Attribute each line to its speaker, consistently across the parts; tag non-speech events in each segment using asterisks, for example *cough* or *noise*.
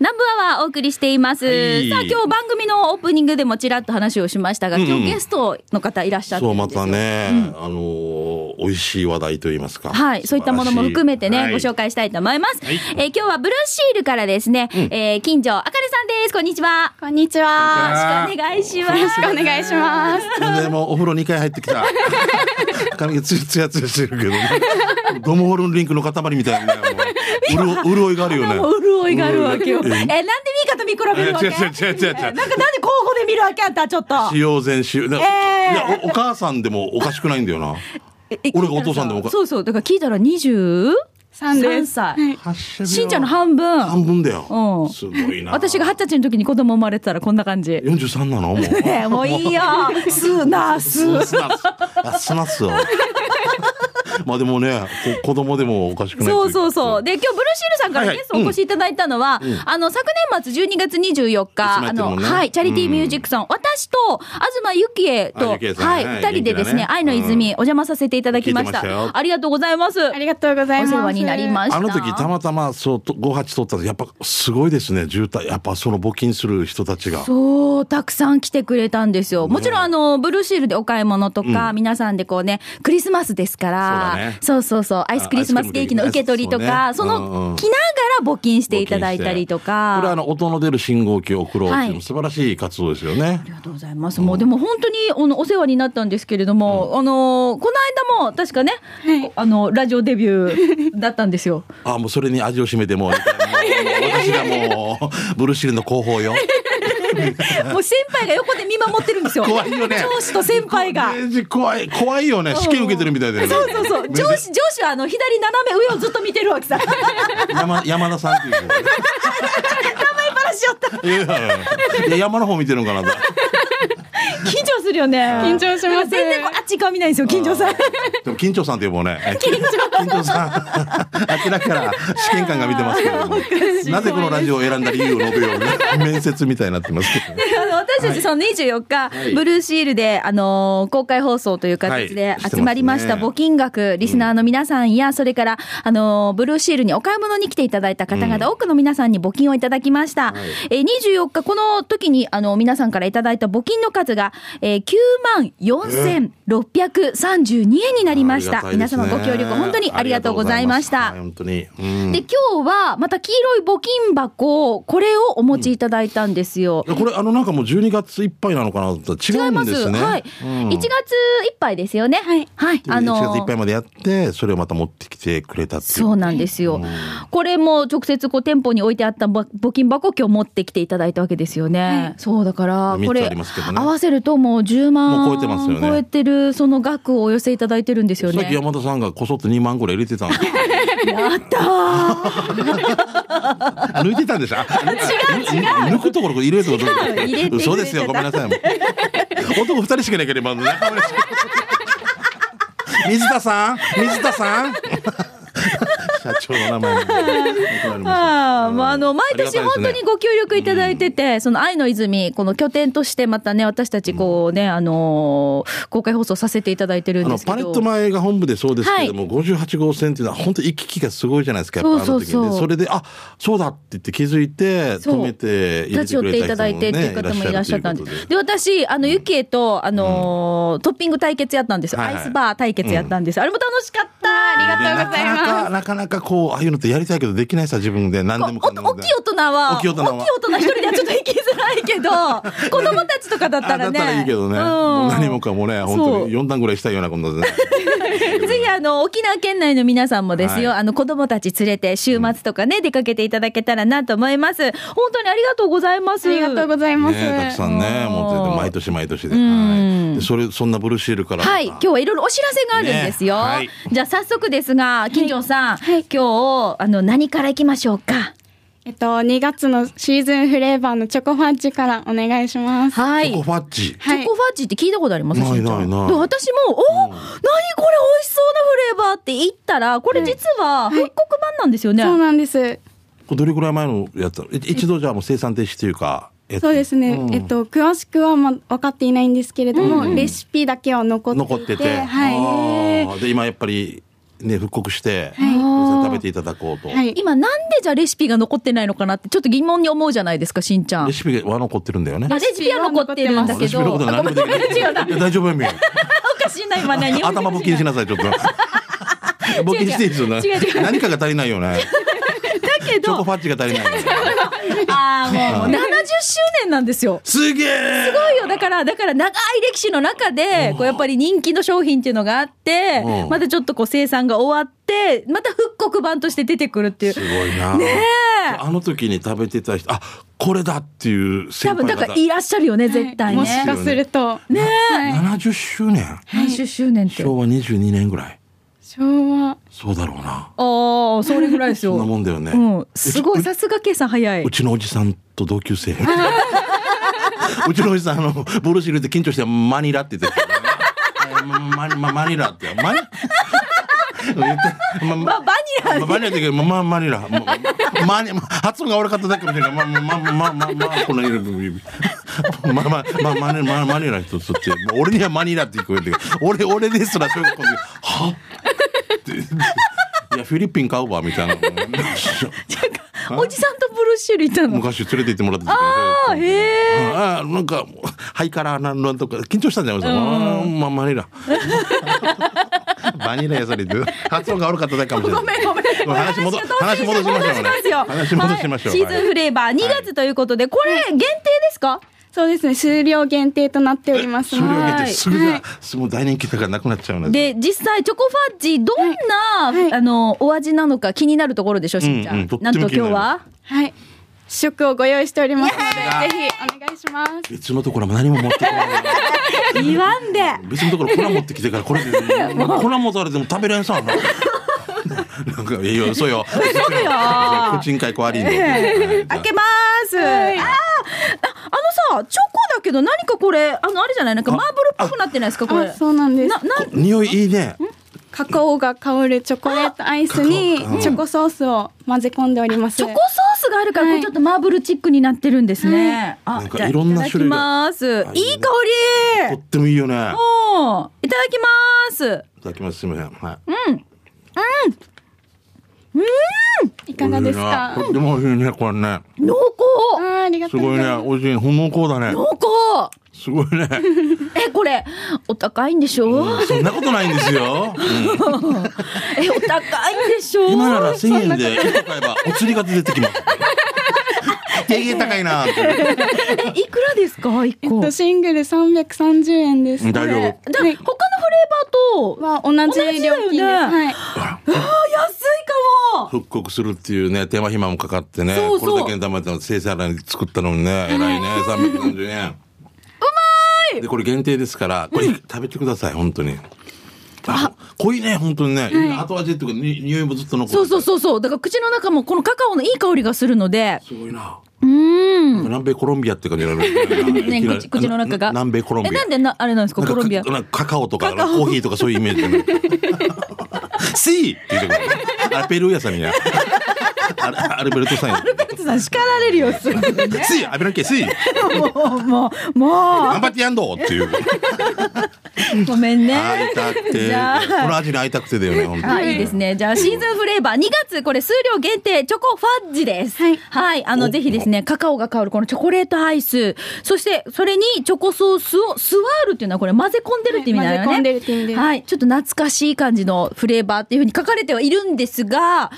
Speaker 1: 南部アワーお送りしています、
Speaker 2: はい
Speaker 1: さあ今日番組のオープニングでもちらっと話をしましたが、
Speaker 2: うんうん
Speaker 1: 今日ゲストの方いらっしゃって
Speaker 2: そ
Speaker 1: る
Speaker 2: う、
Speaker 1: ん
Speaker 2: ま
Speaker 1: ですよ
Speaker 2: たね、あのー、美味しい話題といいますか。
Speaker 1: はい、そういったものも含めてね、ご紹
Speaker 2: 介。
Speaker 1: 介したいと思います、
Speaker 2: はい
Speaker 1: えー今日はブルーシールからですね、えー近所あかねさんですこんにちは
Speaker 3: こんにち
Speaker 1: よ
Speaker 3: は。
Speaker 1: ろしくお願いします
Speaker 3: よろしくお願いします。
Speaker 2: でもうお風呂2回
Speaker 1: *laughs*
Speaker 2: 入ってきた。髪がつやつやつやしてるけどね。ドモホルンリンクの塊みたいなね。も
Speaker 1: *laughs*
Speaker 2: う潤いがあるよね。
Speaker 1: もう潤いがあるわけよ。え
Speaker 2: うん
Speaker 1: なんで見方見比べるわけ
Speaker 2: 違う違う違う違う違う
Speaker 1: えなんかなんで交互で見るわけあんた、ちょっと。
Speaker 2: 使用前使用。だから
Speaker 1: えー
Speaker 2: いやお、お母さんでもおかしくないんだよな。俺がお父さんでもおか
Speaker 1: そうそう、だから聞いたら 23?
Speaker 3: 三です。
Speaker 1: 歳。信
Speaker 2: 信
Speaker 1: 者の半分。
Speaker 2: 半分だよ。
Speaker 1: うん
Speaker 2: すごいな。
Speaker 1: 私が二十歳の時に子供生まれてたらこんな感じ。
Speaker 2: 四十三なのもう。
Speaker 1: ねえもういいよ。すなす。
Speaker 2: すなす。あ、すなすよ。まあでもね、こ子供でもおかしくない。
Speaker 1: そうそうそう。。で、今日ブルーシールさんか
Speaker 2: はい
Speaker 1: ら
Speaker 2: はい
Speaker 1: ゲストお越しいただいたのは、あの、昨年末12月24日、
Speaker 2: い
Speaker 1: あ
Speaker 2: つもやってるも
Speaker 1: の、
Speaker 2: んね
Speaker 1: はい、チャリティーミュージックさん、私と、東ゆきえ
Speaker 2: あ
Speaker 1: と、
Speaker 2: ゆきえさん
Speaker 1: はい、
Speaker 2: はい
Speaker 1: 二人でです
Speaker 2: 元気だ
Speaker 1: ね
Speaker 2: ね、
Speaker 1: 愛の泉、お邪魔させていただきまし
Speaker 2: 聞いてましたよ
Speaker 1: た。ありがとうございます。
Speaker 3: ありがとうござ
Speaker 1: *laughs*
Speaker 3: い
Speaker 1: お
Speaker 3: ます。
Speaker 1: 世話になりました。
Speaker 2: あの時たまたまそうと五八取ったらやっぱすごいですね渋滞やっぱその募金する人たちが
Speaker 1: そう、たくさん来てくれたんですよ。もちろん、あの、ブルーシールでお買い物とか、皆さんでこうね、クリスマスですから、
Speaker 2: そうだね
Speaker 1: そうそうそうアイスクリスマスケーキの受け取りと
Speaker 2: ア
Speaker 1: か、
Speaker 2: イス
Speaker 1: そ
Speaker 2: クリームねうんう
Speaker 1: の、
Speaker 2: ん
Speaker 1: 着ながら募金していただいたりと
Speaker 2: これはあ
Speaker 1: か。
Speaker 2: の音の出る信号機を送ろうっていう
Speaker 1: は
Speaker 2: の
Speaker 1: い
Speaker 2: 素晴らしい活動ですよね
Speaker 1: ありがとうございます。もう、でも本当におのお世話になったんですけれども、あの、この間も、確かね、こあの、ラジオデビューだったんです
Speaker 2: *laughs*
Speaker 1: よ。
Speaker 2: あもうそれに味を占めてもうもう私がもうブルーシールの広報よ
Speaker 1: もう先輩が横で見守ってるんですよ。
Speaker 2: 怖いよね
Speaker 1: 上司と先輩が。
Speaker 2: えー怖い怖いよね試験受けてるみたいだよね
Speaker 1: そうそうそう。上司、上司はあの、左斜め上をずっと見てるわけさ。
Speaker 2: 山山田さんっていう子
Speaker 1: 話しちゃった。
Speaker 2: いやいやいやいや山の方見てるんかなと
Speaker 1: 緊張するよね。
Speaker 3: 緊張
Speaker 1: だ
Speaker 3: します
Speaker 1: から全然こうあっち顔見ないんですよ、緊張さん。
Speaker 2: でも緊張さんって呼ぼうね。緊張さん。明らかな試験官が見てますけれども。なぜこのラジオを選んだ理由を述べようね。面接みたいになってますけど。
Speaker 1: あの私たちその24日、
Speaker 2: はい
Speaker 1: ブルーシールで、あのー公開放送という形で
Speaker 2: はいしてます
Speaker 1: 集まりました
Speaker 2: ね
Speaker 1: 募金額、リスナーの皆さんや、それから、あのーブルーシールにお買い物に来ていただいた方々、多くの皆さんに募金をいただきました。えー24日、この時に、あの、皆さんからいただいた募金の数が、えー、9万4632円になりました。
Speaker 2: あり
Speaker 1: 皆
Speaker 2: がたいです
Speaker 1: 様
Speaker 2: ね
Speaker 1: ご協力、本当にありがとうございました
Speaker 2: あ。りがとうございましたはい本当に。うん
Speaker 1: で、今日はまた黄色い募金箱、これをお持ちいただいたんですよ。
Speaker 2: これあのなんかもう12月いっぱいなのかなと思ったら
Speaker 1: 違い
Speaker 2: 違うん
Speaker 1: ま。
Speaker 2: ですすね。
Speaker 1: はい。
Speaker 2: うん
Speaker 1: 1月いっぱいですよね。はい。はい。あ
Speaker 2: 1
Speaker 1: の
Speaker 2: 月いっぱいまでやって、それをまた持ってきてくれたっていう。
Speaker 1: そうなんですよ。これも直接こう店舗に置いてあったば募金箱を今日持ってきていただいたわけですよね。そうだから、
Speaker 2: 三つ
Speaker 1: これ、
Speaker 2: ありますけどね
Speaker 1: 合わせるともう10万
Speaker 2: もう超えてますよね
Speaker 1: 超えてるその額をお寄せいただいてるんですよ
Speaker 2: さっき
Speaker 1: ね。
Speaker 2: 山田さんがこそっと2万ぐらい入れてたんです
Speaker 1: *laughs*
Speaker 2: よ
Speaker 1: やったー
Speaker 2: *laughs* 抜いてたんでしょ違う違う抜くところ入れるってこと
Speaker 1: 違う入れて
Speaker 2: 嘘ですよ
Speaker 1: 入れてた
Speaker 2: ごめんなさい男二人しかいなければ
Speaker 1: *laughs*
Speaker 2: 仲間しか水田さん水
Speaker 1: *laughs*
Speaker 2: 田さん社長の名前に怒られ
Speaker 1: あ
Speaker 2: ま
Speaker 1: あ、
Speaker 2: す
Speaker 1: まあ、あの、毎年本当にご協力いただいてて、その愛の泉、この拠点としてまたね、私たちこうね、あのー、公開放送させていただいてる
Speaker 2: あ
Speaker 1: ん
Speaker 2: の
Speaker 1: ですけど。
Speaker 2: パレット前が本部でそうですけども、58号線っていうのは本当行き来がすごいじゃないですかやっぱあの時にね
Speaker 1: そうそうそう
Speaker 2: それであそうだって言って気づいて
Speaker 1: そう
Speaker 2: 止めて入れ
Speaker 1: 立
Speaker 2: て
Speaker 1: ち寄
Speaker 2: く
Speaker 1: ってい
Speaker 2: れ
Speaker 1: た
Speaker 2: た
Speaker 1: だ
Speaker 2: 人
Speaker 1: い
Speaker 2: も
Speaker 1: て
Speaker 2: ね
Speaker 1: っていう方もいらっしゃったんで
Speaker 2: いらっしゃるということ
Speaker 1: す。で、私、あの、ゆきえと、あのートッピング対決やったんですよ。
Speaker 2: はいはい
Speaker 1: アイスバー対決やったんですよ。あれも楽しかった。
Speaker 3: ありがとうござい
Speaker 2: なかな
Speaker 3: ま
Speaker 2: か、なかなかこう、ああいうのってやりたいけどできないさ、自分で何でも
Speaker 1: こ
Speaker 2: か
Speaker 1: うんお大
Speaker 2: でも
Speaker 1: きい大人は、
Speaker 2: 大きい大人は
Speaker 1: 一人ではちょっと行きづらいけ
Speaker 2: *laughs*
Speaker 1: ど、子供たちとかだったら
Speaker 2: あだっ
Speaker 1: ね。
Speaker 2: たらいいけどね。
Speaker 1: うん
Speaker 2: もう何もかもね、本
Speaker 1: そ
Speaker 2: 当
Speaker 1: う
Speaker 2: に4段ぐらいしたいようなことでね。
Speaker 1: *laughs* ぜひあの沖縄県内の皆さんもですよ、
Speaker 2: は
Speaker 1: あの子供たち連れて週末とかね、出かけていただけたらなと思います。本当にありがとうございます
Speaker 3: す。。ありがとうございます。
Speaker 2: ねたくさんね、
Speaker 1: うん
Speaker 2: 持ってて、毎年毎年で。
Speaker 1: ん
Speaker 2: はいでそれ、そんなブルーシールから。
Speaker 1: はい、今日はいろいろお知らせがあるんですよ。
Speaker 2: ねはい
Speaker 1: じゃあ早速ですが、金城さん、
Speaker 3: はい
Speaker 1: 今日あの何からいきましょうか。
Speaker 3: えっと、2月のシーズンフレーバーのチョコファッジからお願いします。
Speaker 1: は
Speaker 2: チョコ
Speaker 1: い。
Speaker 2: ファッジ。
Speaker 1: チョコファッジって聞いたことあります
Speaker 2: ない
Speaker 1: しんちゃん
Speaker 2: ないない
Speaker 1: で私も、お、何これ美味しそうなフレーバーって言ったら、これ実は復刻版なんですよね。
Speaker 3: そうなんです。
Speaker 2: これどれくらい前のやつだろうい一度じゃあもう生産停止というか。えっと
Speaker 3: そうですね。
Speaker 2: うん
Speaker 3: えっと、詳しくはま分かっていないんですけれども、レシピだけは残っていて。
Speaker 2: 残ってて。
Speaker 3: はい。
Speaker 2: あーで、今やっぱり、ね、復刻して、
Speaker 1: はい
Speaker 2: 食べていただこうと。
Speaker 3: はい。
Speaker 1: 今なんでじゃあレシピが残ってないのかなってちょっと疑問に思うじゃないですか、しんちゃん
Speaker 2: レ。シピは残ってるんだよね。
Speaker 1: あレシピは残ってるんだけ
Speaker 2: レシピの
Speaker 1: ど。
Speaker 2: ことは
Speaker 1: あ
Speaker 2: 何
Speaker 1: ご
Speaker 2: で
Speaker 1: めん
Speaker 2: も
Speaker 1: な
Speaker 2: できる。
Speaker 1: さい違う *laughs* な。
Speaker 2: 大丈夫やみん。
Speaker 1: おかしいな、今 *laughs* 何
Speaker 2: *laughs* 頭募金しなさい、ち
Speaker 1: *laughs*
Speaker 2: ょっと。募金していいですよね
Speaker 1: 違う違。う
Speaker 2: 何かが足りないよね。
Speaker 1: だけ
Speaker 2: *laughs* チョコ
Speaker 1: ど、
Speaker 2: パッチが足りないよね。
Speaker 1: ああ、もう70周
Speaker 2: *laughs*
Speaker 1: 年なんですよ。
Speaker 2: すげ
Speaker 1: す
Speaker 2: え
Speaker 1: ごいよ。だから、だから長い歴史の中で、こうやっぱり人気の商品っていうのがあって
Speaker 2: う、ん
Speaker 1: またちょっとこう生産が終わって、また復刻版として出てくるっていう
Speaker 2: す。ごいな。
Speaker 1: ねえ
Speaker 2: あの時に食べてた人、あ、これだっていう先
Speaker 1: 多分、
Speaker 2: 輩
Speaker 1: だ
Speaker 2: 方。
Speaker 1: からいらっしゃるよね、絶対
Speaker 3: もし
Speaker 1: ね。
Speaker 3: かすると。ね
Speaker 2: 70周年。
Speaker 1: 70周年って。
Speaker 2: 昭和22年ぐらい。
Speaker 3: 昭和。
Speaker 2: そうだろうな。
Speaker 1: ああ、それぐらいですよ。
Speaker 2: そんなもんだよね
Speaker 1: うん。すご
Speaker 2: う
Speaker 1: い、
Speaker 2: ち。
Speaker 1: さすが計算早いう
Speaker 2: ちのおじさんと同級生。 *laughs* うちのおじさん、あの、ボルシールって緊張してマニラって言ってた。 *laughs* マニママニラって。マニ *laughs* 言ってま
Speaker 1: まあ、バニラ
Speaker 2: まあ、マニラだけど、まあ、マニラ。まあマニ発音が悪かっただけかもしれない。まあ、まあ、まあ、まあ、まあ、この色々。まあ、まあ、まあ、マニラ、マニラ一つって、俺にはマニラって聞こえてる。俺、俺ですら、小学校の時、はって。いや、フィリピン買うわ、みたいな。
Speaker 1: おじさんとブルーシールいたの。
Speaker 2: 昔連れて行ってもらった時
Speaker 1: ああ、へえ。
Speaker 2: ああなんかハイカラなんなんとか緊張したんじゃないですか、あーまあマニラバニラやそれで発音が悪かっただけか *laughs* もしれない
Speaker 1: ごめんごめん
Speaker 2: もう話戻話戻しましょうね話戻しましょう、
Speaker 1: はいシーズンフレーバー2月ということで、これ限定ですか、
Speaker 3: そうですね。数量限定となっております
Speaker 2: それを
Speaker 3: ので。
Speaker 2: 見て
Speaker 1: はい
Speaker 2: すぐが、もう大人気だからなくなっちゃうので
Speaker 1: で、実際、チョコファッジ、どんな、
Speaker 3: はいはい
Speaker 1: あの、お味なのか気になるところでしょ、しんちゃん。
Speaker 2: うんうんとって
Speaker 1: な
Speaker 2: も
Speaker 1: ん
Speaker 2: 気に
Speaker 1: と今
Speaker 2: なる
Speaker 1: 日は、
Speaker 3: はい。試食をご用意しておりますので、ぜひお願いします。
Speaker 2: 別のところも何も持ってこない
Speaker 1: 言わんで。
Speaker 2: 別のところ粉持ってきてからこれで
Speaker 3: *laughs*
Speaker 2: 粉持たれても食べれんさなんかいやそうよそう
Speaker 1: よ
Speaker 2: 口んかいこありんの、はい
Speaker 1: 開けます。あーああのさ、チョコだけど、何かこれ、あの、あれじゃないなんかマーブルっぽくなってないですか、これ。
Speaker 3: あ、そうなんです
Speaker 1: な、。な、
Speaker 2: 匂いいいね
Speaker 3: カカオが香るチョコレートアイスに
Speaker 2: カカオうん
Speaker 3: チョコソースを混ぜ込んでおります。
Speaker 1: チョコソースがあるから、
Speaker 3: はい
Speaker 1: これちょっとマーブルチックになってるんですね。あ
Speaker 2: なんかいろんな種類が
Speaker 1: じゃあいただきます。
Speaker 2: あ
Speaker 1: いい香
Speaker 2: と
Speaker 1: り
Speaker 2: ってもいいよ
Speaker 1: お
Speaker 2: ね
Speaker 1: ーいただきます。
Speaker 2: いただきますすみませんはい
Speaker 3: いかがです
Speaker 2: 美味しいな
Speaker 3: か
Speaker 2: とっても美味しいね、これね。
Speaker 1: 濃
Speaker 3: あ
Speaker 1: 厚
Speaker 3: ーありが
Speaker 2: す
Speaker 3: とうご
Speaker 2: ごい
Speaker 3: ざい
Speaker 2: ね、
Speaker 3: ます。
Speaker 2: 美味しい。ほのこだね。
Speaker 1: 濃厚
Speaker 2: すごいね。
Speaker 1: え、これ、お高いんでしょ
Speaker 2: そんなことないんですよ。うん
Speaker 1: え、お高いんでしょ
Speaker 2: *laughs* 今なら1000円で一個買えばお釣りが出てきます。定義高いなっていう
Speaker 1: え、いくらですか一
Speaker 3: えっ
Speaker 1: 個。
Speaker 3: と
Speaker 1: で、
Speaker 3: シングル330円です。
Speaker 2: 大丈夫。
Speaker 1: 他のフレーバーと、
Speaker 3: は同じ料金です。
Speaker 1: 同じだよね
Speaker 3: はい。
Speaker 1: あ、安いかも
Speaker 2: 復刻するっていうね、手間暇もかかってね、
Speaker 1: そうそう
Speaker 2: これだけのための生産欄作ったのにね、偉いね、330円。うまいで、これ限定ですから、これ食べてください、本当に。あ、濃いね、本当にね。後味っていうか、に匂いもずっと残ってて
Speaker 1: そうそうそうそう。だから口の中もこのカカオのいい香りがするので。
Speaker 2: すごいな。
Speaker 1: うーん。
Speaker 2: 南米コロンビアって感じなの。ね
Speaker 1: ね、口口の中が。
Speaker 2: 南米コロンビア。
Speaker 1: え、なんでな、あれなんですか
Speaker 2: なん
Speaker 1: コ
Speaker 2: か
Speaker 1: ロンビア。
Speaker 2: なんかカカオとかコーヒーとかそういうイメージだね。 *laughs* シーって言ってくる。あれペルー屋さんにや。
Speaker 1: *laughs*
Speaker 2: あれアルベルトさんや。
Speaker 1: ペルトさん叱られるよ、すぐ。
Speaker 2: シーアベランケシー
Speaker 1: もう、もう、も
Speaker 2: 頑張ってやんどっていう。
Speaker 1: う、ごめん
Speaker 2: 会
Speaker 1: ね
Speaker 2: い。たくて。
Speaker 1: じゃあ
Speaker 2: この味に会いたくてだよね、本当
Speaker 1: あ、いい
Speaker 2: に。
Speaker 1: ですね。じゃあ、シーズンフレーバー2月、これ数量限定、チョコファッジです。
Speaker 3: はい
Speaker 1: あの、ぜひですね、カカオが香るこのチョコレートアイス、そして、それにチョコソースをスワールっていうのはこれ混ぜ込んでるって意味なのよね。
Speaker 3: はい混ぜ込んでるって意味です
Speaker 1: はい。ちょっと懐かしい感じのフレーバーっていうふうに書かれてはいるんですが、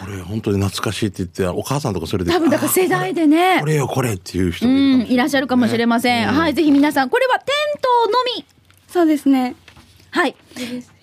Speaker 2: これ本当に懐かしいって言って、お母さんとかそれで。
Speaker 1: 多分だから世代でね。
Speaker 2: あこれよ、これっていう人も
Speaker 1: う
Speaker 2: い
Speaker 1: ん、いらっしゃるかもしれません。はい、ぜひ皆さん、これは店頭のみ、
Speaker 3: そうですね。
Speaker 1: はい、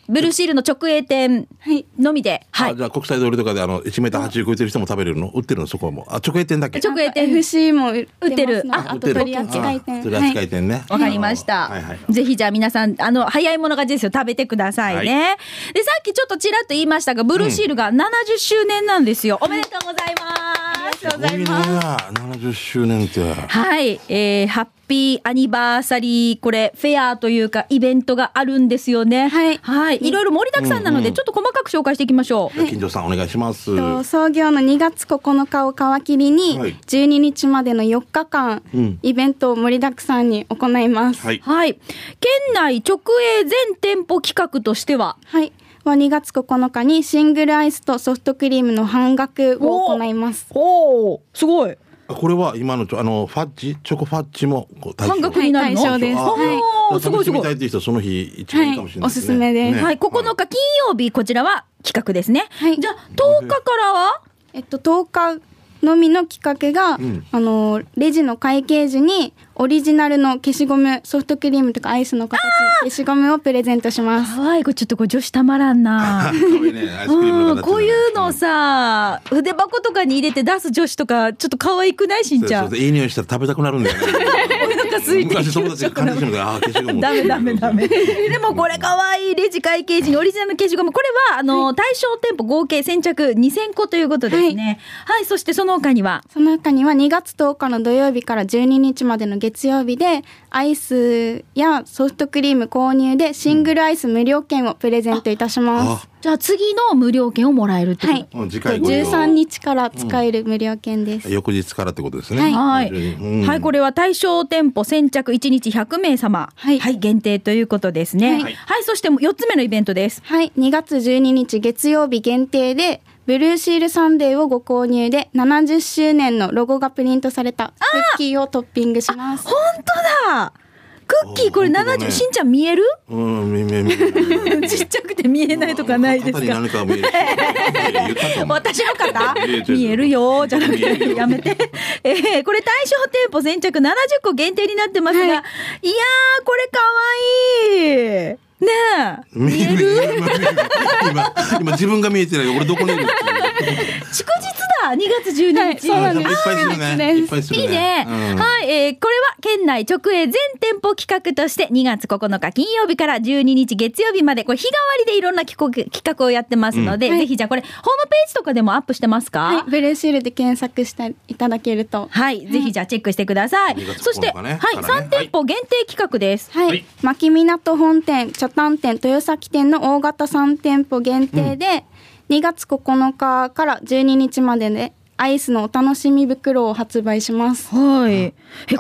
Speaker 1: ブルーシールの直営店
Speaker 3: はい。
Speaker 1: のみで、は
Speaker 2: はいい、じ、ゃあ国際通りとかであの1メーター80超えてる人も食べれるの売ってるのそこはもうあ直営店だっけ
Speaker 1: 直営店
Speaker 3: FC も売
Speaker 1: 売ってる
Speaker 3: ますので
Speaker 1: あ
Speaker 3: あ
Speaker 1: 売っ
Speaker 3: と
Speaker 1: てる
Speaker 3: 取り扱い店。
Speaker 2: あ取り扱
Speaker 3: はい
Speaker 2: 店ね
Speaker 1: わかりました、
Speaker 2: はいはい
Speaker 1: ぜひじゃあ皆さん、あの、早い者勝ちですよ。食べてくださいね。で、さっきちょっとちらっと言いましたが、ブルーシールが70周年なんですよ。おめでとうございます。
Speaker 3: ありがとうございます。
Speaker 2: すごいね70周年って
Speaker 1: はい、えー、ハッピーアニバーサリー、これ、フェアというか、イベントがあるんですよね。
Speaker 3: はい
Speaker 1: はい。いろいろ盛りだくさんなので、ちょっと細かく紹介していきましょう。
Speaker 2: 金城さんお願いします
Speaker 3: えっと創業の2月9日を皮切りに
Speaker 2: はい
Speaker 3: 12日までの4日間、
Speaker 2: うん
Speaker 3: イベントを盛りだくさんに行います。
Speaker 2: はい
Speaker 1: はい。県内直営全店舗企画としては、
Speaker 3: はい。は2月9日にシングルアイスとソフトクリームの半額を行います。
Speaker 1: おおすごい
Speaker 2: あこれは今のちょあのファッジチョコファッジもこう対象
Speaker 1: 半額になるの、
Speaker 3: はい対象です
Speaker 2: あ
Speaker 3: はい
Speaker 2: あ
Speaker 1: おーすごいすご
Speaker 2: 試してみたい
Speaker 1: い
Speaker 2: っていう人はその日一番いいかもしれないですね。
Speaker 3: はいおすすめです
Speaker 2: ね
Speaker 1: はい、9日金曜日、こちらは企画ですね。
Speaker 3: はい
Speaker 1: じゃあ、10日からは
Speaker 3: えっと、10日のみのきっかけが、
Speaker 2: ん
Speaker 3: あの、レジの会計時に、オリジナルの消しゴム、ソフトクリームとかアイスの形の消しゴムをプレゼントします。
Speaker 1: 可愛い子、ちょっとこれ女子たまらん *laughs* な。
Speaker 2: 可愛いねアイスクリームの
Speaker 1: うん、
Speaker 2: 形の
Speaker 1: こういうのさ、筆箱とかに入れて出す女子とか、ちょっと可愛くないしんちゃ
Speaker 2: そ
Speaker 1: ん。
Speaker 2: うそういい匂いしたら食べたくなるんだよね。
Speaker 1: なんか空いて
Speaker 2: 昔友達が買ってきてもらったあー消しゴム。
Speaker 1: ダメダメダ *laughs* メ。でもこれ可愛いレジ会計時にオリジナル消しゴム。これは、あの、対象店舗合計先着2000個ということですね。はい、そしてその他には、
Speaker 3: その他には2月10日の土曜日から12日までの月曜日で、アイスやソフトクリーム購入でシングルアイス無料券をプレゼントいたしま
Speaker 2: あ
Speaker 3: す。、
Speaker 1: じゃあ次の無料券をもらえるってこ
Speaker 3: は
Speaker 1: と
Speaker 3: い。
Speaker 2: うん次回ご利用
Speaker 3: 13日から使える無料券です。
Speaker 2: 翌日からってことですね。
Speaker 3: はい
Speaker 1: はい、
Speaker 2: うん
Speaker 1: はい、これは対象店舗先着1日100名様、は、
Speaker 3: はいい
Speaker 1: 限定ということですね。は
Speaker 3: はい
Speaker 1: い、そして4つ目のイベントです。
Speaker 3: はい、2月12日月曜日限定で、ブルーシールサンデーをご購入で、70周年のロゴがプリントされたクッキーをトッピングします。
Speaker 1: 本当だ。クッキーこれ
Speaker 2: お本当だ
Speaker 1: 70、
Speaker 2: ね
Speaker 1: しんちゃん見える？ *laughs*
Speaker 2: うん、みみみ。見
Speaker 1: ちっちゃくて見えないとかないです
Speaker 2: 肩に
Speaker 1: か？
Speaker 2: 何か見える。言ったと思
Speaker 1: *laughs*
Speaker 2: う
Speaker 1: 私の方
Speaker 2: 見えてる
Speaker 1: 見えるよじゃなく
Speaker 2: 見える
Speaker 1: て
Speaker 2: よ
Speaker 1: やめて、えーこれ対象店舗先着70個限定になってますが、い、やーこれかわいいねえ
Speaker 2: 見える今見える今今自分が見えてない俺どこにいるっていう
Speaker 1: 祝日だ2月12日、
Speaker 3: はいそうなん
Speaker 2: い
Speaker 3: で
Speaker 2: っ
Speaker 3: す
Speaker 2: ぱいするねいっぱいする
Speaker 1: い
Speaker 2: ね
Speaker 1: いね、
Speaker 2: うん
Speaker 1: はい、えーこれは県内直営全店舗企画として2月9日金曜日から12日月曜日までこれ日替わりでいろんな企画企画をやってますので、
Speaker 3: はい
Speaker 1: ぜひじゃあこれホームページとかでもアップしてますか
Speaker 3: は
Speaker 1: はい
Speaker 3: い、ブルーシールで検索していただけると。
Speaker 1: はい、ぜひじゃあチェックしてください。
Speaker 2: 2月9日ね
Speaker 1: そして、
Speaker 2: からね
Speaker 1: はい、3店舗限定企画です。
Speaker 3: はい、
Speaker 2: はい
Speaker 3: 牧港本店、茶炭店、豊崎店の大型3店舗限定で、2月9日から12日までで、アイスのお楽しみ袋を発売します。
Speaker 1: はい。え、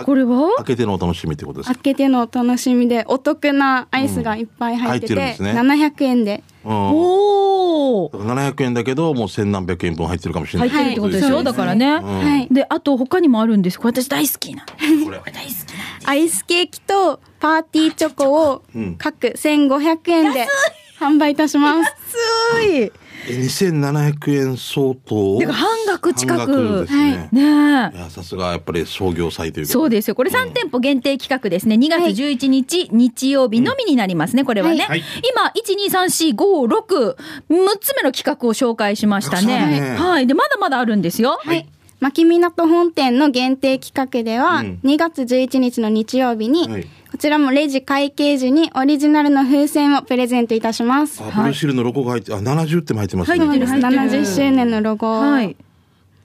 Speaker 1: これは
Speaker 2: 開けてのお楽しみってことです
Speaker 3: 開けてのお楽しみで、お得なアイスがいっぱい入ってて、
Speaker 2: うん入ってるんです
Speaker 3: 700円で。
Speaker 2: うん
Speaker 1: おお。
Speaker 2: 700円だけどもう千何百円分入ってるかもしれな
Speaker 1: 入
Speaker 2: い
Speaker 1: ってるってことでしょ、
Speaker 3: はい
Speaker 1: だからね。
Speaker 2: うん
Speaker 3: はい。
Speaker 1: で、あと他にもあるんです。これ私大好きな。これ大好きなんです。
Speaker 3: アイスケーキとパーティーチョコを
Speaker 2: うん
Speaker 3: 各1500円で販売いたします。
Speaker 1: すごい。
Speaker 2: え2700円相当を
Speaker 1: だから半額近く
Speaker 2: 半額ですね
Speaker 1: ね
Speaker 2: いやさすがやっぱり創業祭という
Speaker 1: え。
Speaker 2: か
Speaker 1: そうですよ。これ3店舗限定企画ですね。2月
Speaker 3: はい
Speaker 1: 11日、日曜日のみになりますね、これはね。
Speaker 2: はい
Speaker 1: 今、1、2、3、4、5、6、6つ目の企画を紹介しました
Speaker 2: たく
Speaker 1: ね。
Speaker 2: さんあるね
Speaker 1: はい。で、まだまだあるんですよ。
Speaker 3: はい。牧港本店の限定企画では、
Speaker 2: うん
Speaker 3: 2月11日の日曜日に、
Speaker 2: はい
Speaker 3: こちらもレジ会計時にオリジナルの風船をプレゼントいたします。
Speaker 2: あブルーシールのロゴが入ってあ70点も入ってますね
Speaker 1: 入
Speaker 3: そう
Speaker 1: って
Speaker 3: で
Speaker 1: る
Speaker 3: す。
Speaker 1: 入ってる
Speaker 3: 70周年のロゴを。
Speaker 1: はい。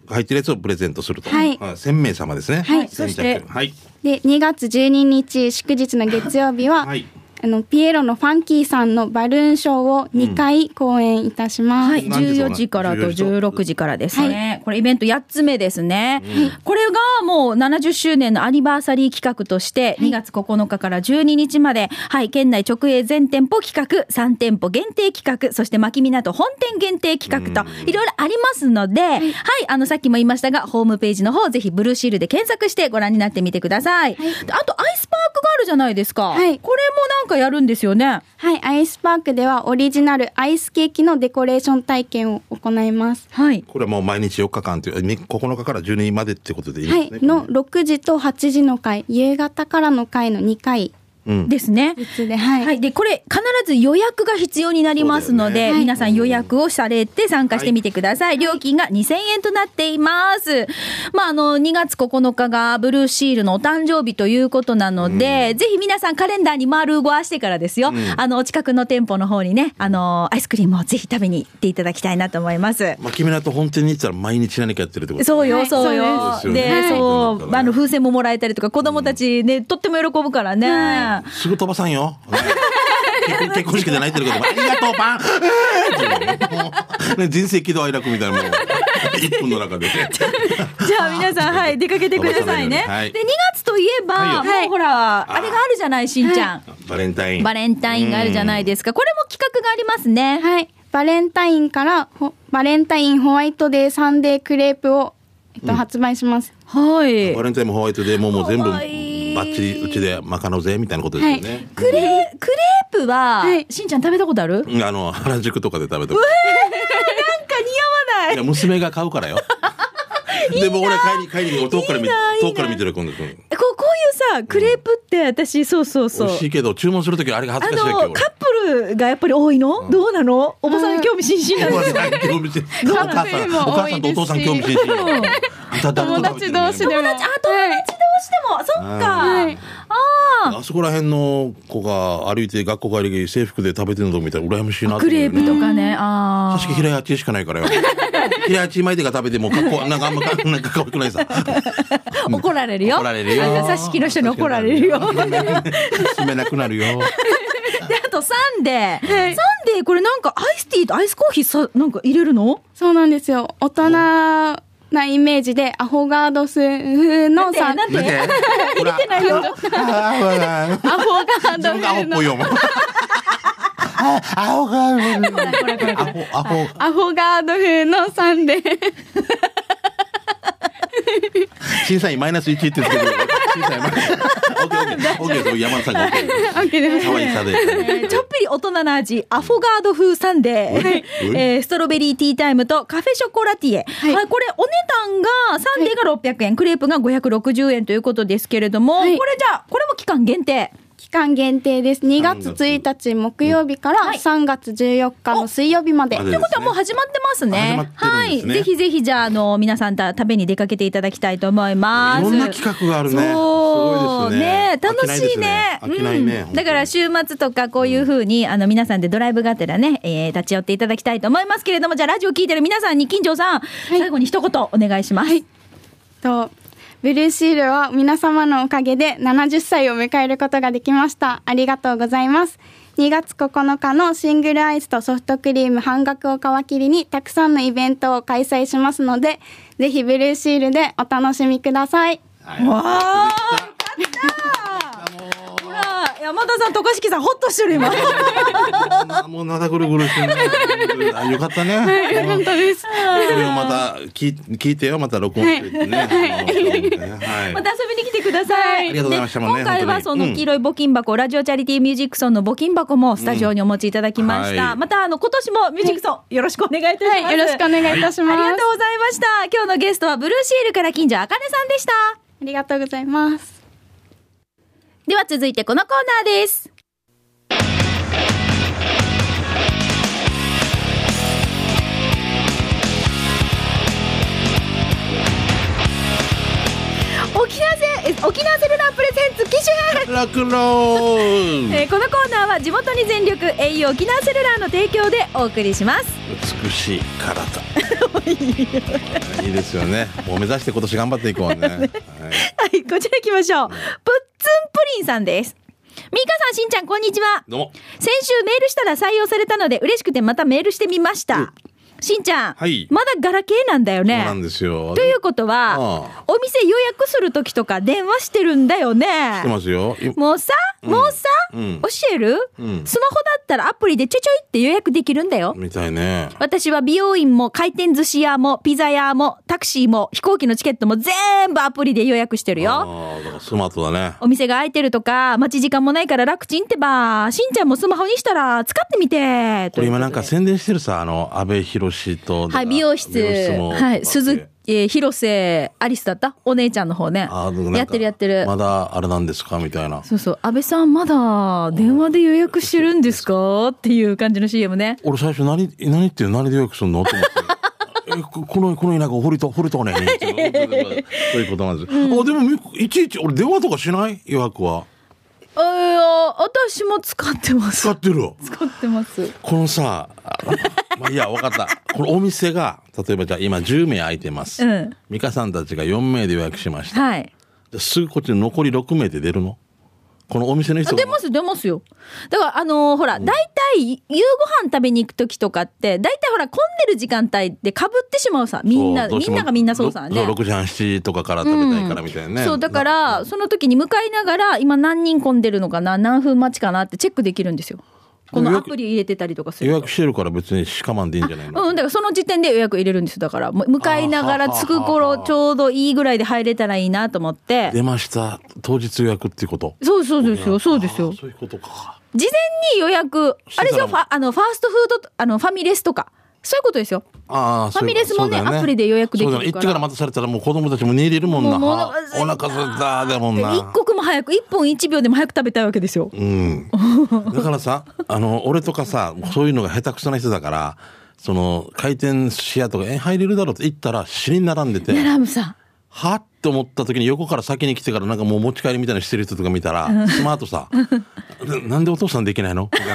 Speaker 2: 入ってるやつをプレゼントすると
Speaker 3: はい
Speaker 2: あ1000名様ですね
Speaker 1: はい
Speaker 2: 先着
Speaker 1: そして
Speaker 2: はい
Speaker 3: で、2月12日祝日の月曜日は、
Speaker 2: はい
Speaker 3: あの、ピエロのファンキーさんのバルーンショーを2回公演いたします。
Speaker 1: はい、
Speaker 2: 何時から
Speaker 1: 14時からと16時からですね。これイベント8つ目ですね。
Speaker 2: う
Speaker 1: これがもう70周年のアニバーサリー企画として、2月9日から12日まで、はい、県内直営全店舗企画、3店舗限定企画、そして牧港本店限定企画と、いろいろありますので、はい、あの、さっきも言いましたが、ホームページの方、ぜひブルーシールで検索してご覧になってみてください。であと、アイスパークがあるじゃないですか。
Speaker 3: はい
Speaker 1: これもなんかやるんですよね。
Speaker 3: はい、アイスパークではオリジナルアイスケーキのデコレーション体験を行います。
Speaker 1: はい。
Speaker 2: これはもう毎日4日間というに9日から12までってことでいい
Speaker 3: は
Speaker 2: です
Speaker 3: い
Speaker 2: ね、
Speaker 3: の6時と8時の回、夕方からの回の2回
Speaker 2: うん
Speaker 1: ですね。
Speaker 3: ずつで、はい。
Speaker 1: はい、でこれ必ず予約が必要になりますの
Speaker 2: そうだ
Speaker 1: で、
Speaker 2: よ
Speaker 3: ね
Speaker 1: 皆さん予約をされて参加してみてください、料金が2000円となっています、まあ、あの2月9日がブルーシールのお誕生日ということなので、ぜひ皆さんカレンダーに丸ごわしてからですよ、あのお近くの店舗の方にねあのアイスクリームをぜひ食べに行っていただきたいなと思います
Speaker 2: まあ、君らと本店に行ったら毎日何かやってるってこと
Speaker 1: そう
Speaker 3: は
Speaker 1: よ、
Speaker 3: い
Speaker 1: そうよ。
Speaker 2: そうですよ
Speaker 1: で、
Speaker 2: ねはい
Speaker 1: そう、
Speaker 2: はい
Speaker 1: あの、風船ももらえたりとか、子供たちね、とっても喜ぶからね。
Speaker 2: すぐ飛ばさん
Speaker 1: *laughs*
Speaker 2: よ。結婚結婚 *laughs* 式で泣いてるけど、ありがとうパン。ね人生喜怒哀楽みたいなもん。 1分の中でね。 *laughs*
Speaker 1: じゃあ皆さん、はい、出かけてくださいね。
Speaker 2: おばさんのようにはい
Speaker 1: で、2月といえば、
Speaker 2: はい
Speaker 3: よ
Speaker 1: もうほら、あれがあるじゃない、しんちゃん。
Speaker 2: バレンタイン。
Speaker 1: バレンタインがあるじゃないですか。これも企画がありますね。
Speaker 3: はい。バレンタインからほバレンタインホワイトデーサンデークレープを、えっと発売します。
Speaker 1: はい。
Speaker 2: バレンタインもホワイトデーももう全部
Speaker 1: か
Speaker 2: バ
Speaker 1: わいい
Speaker 2: ッチリうちで賄うぜみたいなことですよね。
Speaker 1: クレー、クレープは、
Speaker 3: はい
Speaker 1: しんちゃん食べたことある
Speaker 2: うんあの原宿とかで食べた。
Speaker 1: なんか似合わない
Speaker 2: いや娘が買うからよ。でも俺帰り帰り遠くから見
Speaker 1: いいないいな
Speaker 2: 遠くから見てる今度。美
Speaker 1: こうこういうさ、クレープって私、そうそうそう。
Speaker 2: 味しいけど注文するときあれが恥
Speaker 1: あ
Speaker 2: ずかしいわけよ
Speaker 1: の、
Speaker 2: 俺
Speaker 1: カップルがやっぱり多いの、どうなのおばさん興味津々な
Speaker 2: お
Speaker 1: の
Speaker 2: 母さん興
Speaker 1: *laughs*
Speaker 2: 味津
Speaker 1: どう
Speaker 2: 々お母さんお母さんとお父さん興味津々だ誰と食べてんの
Speaker 3: 友達同士で
Speaker 1: 友達、あ、友達同士でも、そっか。
Speaker 2: はい
Speaker 1: あ
Speaker 2: あそこら辺の子が歩いて学校帰り制服で食べてるの見たら羨ましいな
Speaker 1: あ、
Speaker 2: っ
Speaker 1: ク
Speaker 2: て思う
Speaker 1: レ
Speaker 2: よ
Speaker 1: ー
Speaker 2: ね
Speaker 1: プとかね。あ
Speaker 2: 確か平八しかないからよ *laughs* 平八巻いてが食べてもかっこなんかあんまかなんかかっこよくないさ
Speaker 1: あ、怒られるよ。
Speaker 2: 怒られるよ
Speaker 1: あの挿し木の人に怒られ
Speaker 2: *laughs*
Speaker 1: るよ。
Speaker 2: 住めなくなるよ
Speaker 1: *laughs* で、あとサンデー。サンデー、これなんかアイスティーとアイスコーヒーさ、なんか入れるの
Speaker 3: そうなんですよ。大人なイメージで、アホガードス風のサン
Speaker 1: *laughs* なんて
Speaker 2: 見てほら
Speaker 1: ないよ。
Speaker 2: あほ
Speaker 1: *laughs*
Speaker 2: ら
Speaker 3: アホガー
Speaker 2: 自
Speaker 3: ド
Speaker 2: 分がアホ
Speaker 3: 風
Speaker 2: っぽい
Speaker 3: の
Speaker 2: よもうあアホ
Speaker 1: *laughs*
Speaker 2: がアホアホ
Speaker 3: アホガード風のサンデー。
Speaker 2: 審査員マイナス1って言ってるけど審査員マイナスオッケーオッケーオッケーそう山田さんがオッケー
Speaker 3: OK です。
Speaker 2: 可愛いさで
Speaker 1: えー *laughs* ちょっぴり大人な味、アフォガード風サンデー、はい
Speaker 2: おい
Speaker 1: えーストロベリーティータイムとカフェショコラティエ、
Speaker 3: い
Speaker 1: はいこれお値段がサンデーが600円、クレープが560円ということですけれども、
Speaker 3: はい
Speaker 1: これじゃあこれも期間限定
Speaker 3: 期間限定です。2月1日木曜日から3月14日の水曜日まで。
Speaker 2: お
Speaker 1: ということはもう始まってますね
Speaker 2: 始まってるんですね
Speaker 1: はいぜひぜひじゃああの皆さんた食べに出かけていただきたいと思いま
Speaker 2: い
Speaker 1: す
Speaker 2: ろんな企画があるね
Speaker 1: そう
Speaker 2: すごいですね
Speaker 1: 楽しいね
Speaker 2: 飽きないですね飽きないね
Speaker 1: うん
Speaker 2: 本当
Speaker 1: だ
Speaker 2: に
Speaker 1: から週末とかこういうふうに、あの皆さんでドライブがてらね、えー立ち寄っていただきたいと思いますけれどもじゃあラジオ聞いてる皆さんに金城さん、最後に一言お願いします、
Speaker 3: とブルーシールは皆様のおかげで70歳を迎えることができましたありがとうございます2月9日のシングルアイスとソフトクリーム半額を皮切りにたくさんのイベントを開催しますのでぜひブルーシールでお楽しみください
Speaker 1: わあ勝ったほら山田さん、渡嘉敷さん、ホッとしてる今。
Speaker 2: もうなだぐるぐるしてるあよかったね
Speaker 3: *laughs* 本当です
Speaker 2: これをまた聞い聞いてよまた録音してってねはい
Speaker 1: また遊びに来てください。
Speaker 2: ありがとうございました
Speaker 1: で
Speaker 2: もうね
Speaker 1: 今回は
Speaker 2: 本
Speaker 1: そ
Speaker 2: 当に
Speaker 1: の黄色い募金箱、ラジオチャリティーミュージックソンの募金箱もスタジオにお持ちいただきまし
Speaker 2: うん
Speaker 1: た。
Speaker 2: はい
Speaker 1: またあの今年もミュージックソンよろしくお願いいたします。
Speaker 3: はいよろしくお願いいたします、
Speaker 1: ありがとうございました。今日のゲストはブルーシールから近所あかねさんでした。
Speaker 3: ありがとうございます
Speaker 1: では続いてこのコーナーです。沖縄セえ沖縄セルラープレゼンツ機種編
Speaker 2: ロックンロール
Speaker 1: えーこのコーナーは地元に全力 au 沖縄セルラーの提供でお送りします
Speaker 2: 美しい体いいですよねもう目指して今年頑張っていこうね、はい、
Speaker 1: はいこちら行きましょうプッツンプリンさんですみーかさんしんちゃんこんにちは
Speaker 2: どうも
Speaker 1: 先週メールしたら採用されたので嬉しくてまたメールしてみましたしんちゃん、
Speaker 2: はい
Speaker 1: まだガラケーなんだよ
Speaker 2: そうなん
Speaker 1: ね
Speaker 2: ですよ
Speaker 1: ということは
Speaker 2: あ
Speaker 1: お店予約する時とか電話してるんだよ
Speaker 2: 知って
Speaker 1: ね
Speaker 2: ますよい
Speaker 1: もうさ、もうさ、
Speaker 2: うん
Speaker 1: 教える、
Speaker 2: うん
Speaker 1: スマホだったらアプリでちょちょいって予約できるんだよ
Speaker 2: みたいね
Speaker 1: 私は美容院も回転寿司屋もピザ屋もタクシーも飛行機のチケットも全部アプリで予約してるよ。
Speaker 2: ああだからスマートだね
Speaker 1: お店が空いてるとか待ち時間もないから楽ちんってばしんちゃんもスマホにしたら使ってみて
Speaker 2: これ今なんか宣伝してるさあの安倍博と
Speaker 1: はい美容室
Speaker 2: も
Speaker 1: はい鈴えー広瀬アリスだったお姉ちゃんの方ね
Speaker 2: あーなんか
Speaker 1: やってるやってる、
Speaker 2: まだあれなんですかみたいな
Speaker 1: そうそう安倍さんまだ電話で予約してるんですかっていう感じの CM ね
Speaker 2: 俺最初何何言ってる何で予約するのと思って *laughs* えここのこの田舎堀と堀とねそういうことなんです、あでもみいちいち俺電話とかしない予約は
Speaker 1: あいや私も使ってます
Speaker 2: 使ってるよ
Speaker 1: *laughs* 使ってます
Speaker 2: このさあまあいいや分かったこのお店が例えばじゃあ今10名空いてます、
Speaker 1: うん
Speaker 2: 美香さんたちが4名で予約しました
Speaker 1: はい
Speaker 2: ですぐこっちに残り6名で出るのこのお店の人が
Speaker 1: 出ます、出ますよ。だから、あのーほら、大体、夕ご飯食べに行くときとかって、大体ほら、混んでる時間帯でかぶってしまうさ。みんな、
Speaker 2: そうどう
Speaker 1: み
Speaker 2: して
Speaker 1: ん
Speaker 2: も
Speaker 1: ながみんなそうさね
Speaker 2: ろ。6時半7時とかから食べたいからみたいなね。
Speaker 1: そう、だから、その時に向かいながら、今何人混んでるのかな、何分待ちかなってチェックできるんですよ。このアプリ入れてたりとかす
Speaker 2: 予
Speaker 1: ると
Speaker 2: 約。してるから別にしかまんでいいんじゃないの
Speaker 1: うん、だからその時点で予約入れるんですよ。だから、もう向かいながら
Speaker 2: あー
Speaker 1: 着く頃、ちょうどいいぐらいで入れたらいいなと思って。
Speaker 2: 出ました。当日予約っていうこと。
Speaker 1: そうそうですよ、そうです
Speaker 2: あ
Speaker 1: よ
Speaker 2: ー。そういうことか。
Speaker 1: 事前に予約、あれですよ、ファあのファーストフード、あのファミレスとか、そういうことですよ。
Speaker 2: ああ、そういう
Speaker 1: ファミレスもね
Speaker 2: そうだよ
Speaker 1: アプリで予約できるから
Speaker 2: そうだね行ってから待たされたらもう子供たちも寝れるもんな。
Speaker 1: もう
Speaker 2: あーお腹すいただもんな。
Speaker 1: 一刻も早く、一本一秒でも早く食べたいわけですよ。
Speaker 2: うん、だからさあの俺とかさそういうのが下手くそな人だからその回転寿司屋とか「え入れるだろ」って言ったら尻に並んでて
Speaker 1: ラムさん。
Speaker 2: はっと思った時に横から先に来てからなんかもう持ち帰りみたいなのしてる人とか見たらスマー
Speaker 1: *laughs*
Speaker 2: トさ「ななんでお父さんできないの?みたいな」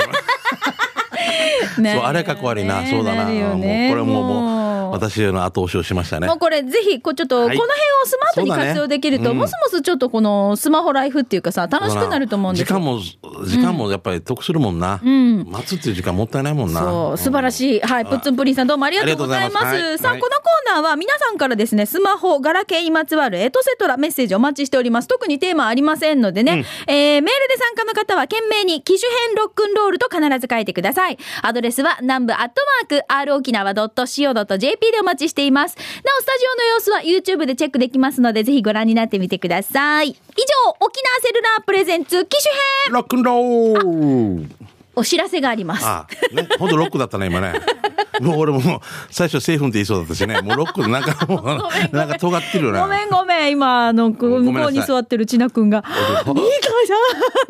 Speaker 1: ね
Speaker 2: そうあれかっこ悪いな、そうだな
Speaker 1: るよ
Speaker 2: もうこ
Speaker 1: ね
Speaker 2: れはもうもう
Speaker 1: もう
Speaker 2: 私の後押しをしましたね
Speaker 1: もうこれぜひこうちょっとこの
Speaker 2: はい
Speaker 1: 辺をスマートに
Speaker 2: そうだね
Speaker 1: 活用できると、
Speaker 2: うん
Speaker 1: もそもそちょっとこのスマホライフっていうかさ楽しくなると思うんです
Speaker 2: 時間も時間もやっぱり得するもんな、
Speaker 1: ん
Speaker 2: 待つっていう時間もったいないもんな
Speaker 1: そう、素晴らしい。はい、プッツンプリンさんどうもありがとうございます。
Speaker 2: ありがとうございます
Speaker 1: さあ、
Speaker 2: はい
Speaker 1: このコーナーは皆さんからですね、スマホ、ガラケーにまつわるエトセトラメッセージお待ちしております。特にテーマありませんのでね、えー、メールで参加の方は懸命に機種編ロックンロールと必ず書いてください。アドレスは南部アットマーク r 沖縄 .co.jp でお待ちしています。なお、スタジオの様子は YouTube でチェックできますので、ぜひご覧になってみてください。以上、沖縄セルラープレゼンツ機種編
Speaker 2: ロックンロール
Speaker 1: お知らせがあります。
Speaker 2: ああ、ね、ほんとロックだった
Speaker 1: *laughs*
Speaker 2: ね、今ね。もう俺ももう最初セーフンって言いそうだったしね。もうロックな
Speaker 1: *laughs*
Speaker 2: んかもう、なんか尖ってるよな。
Speaker 1: ごめんごめん、今、あの、こ
Speaker 2: ごめ
Speaker 1: 向
Speaker 2: んな
Speaker 1: こ
Speaker 2: さ
Speaker 1: う
Speaker 2: い
Speaker 1: に座ってるちなくんが、いい顔じゃんっ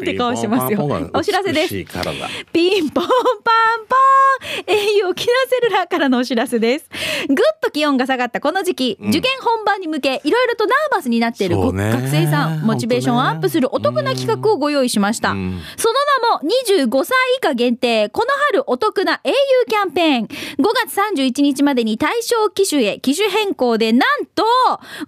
Speaker 1: て顔してます
Speaker 2: ピンポンパン
Speaker 1: よ
Speaker 2: ポン。が
Speaker 1: お知らせで
Speaker 2: 美しい
Speaker 1: す。
Speaker 2: 体
Speaker 1: ピンポンパンパン au 沖縄セルラーからのお知らせです。ぐっと気温が下がったこの時期、受験本番に向け、いろいろとナーバスになっている
Speaker 2: そうね
Speaker 1: 学生さん、モチベーションをアップするお得な企画をご用意しました。その名も、25歳以下限定、この春お得な au キャンペーン。5月31日までに対象機種へ機種変更で、なんと、5000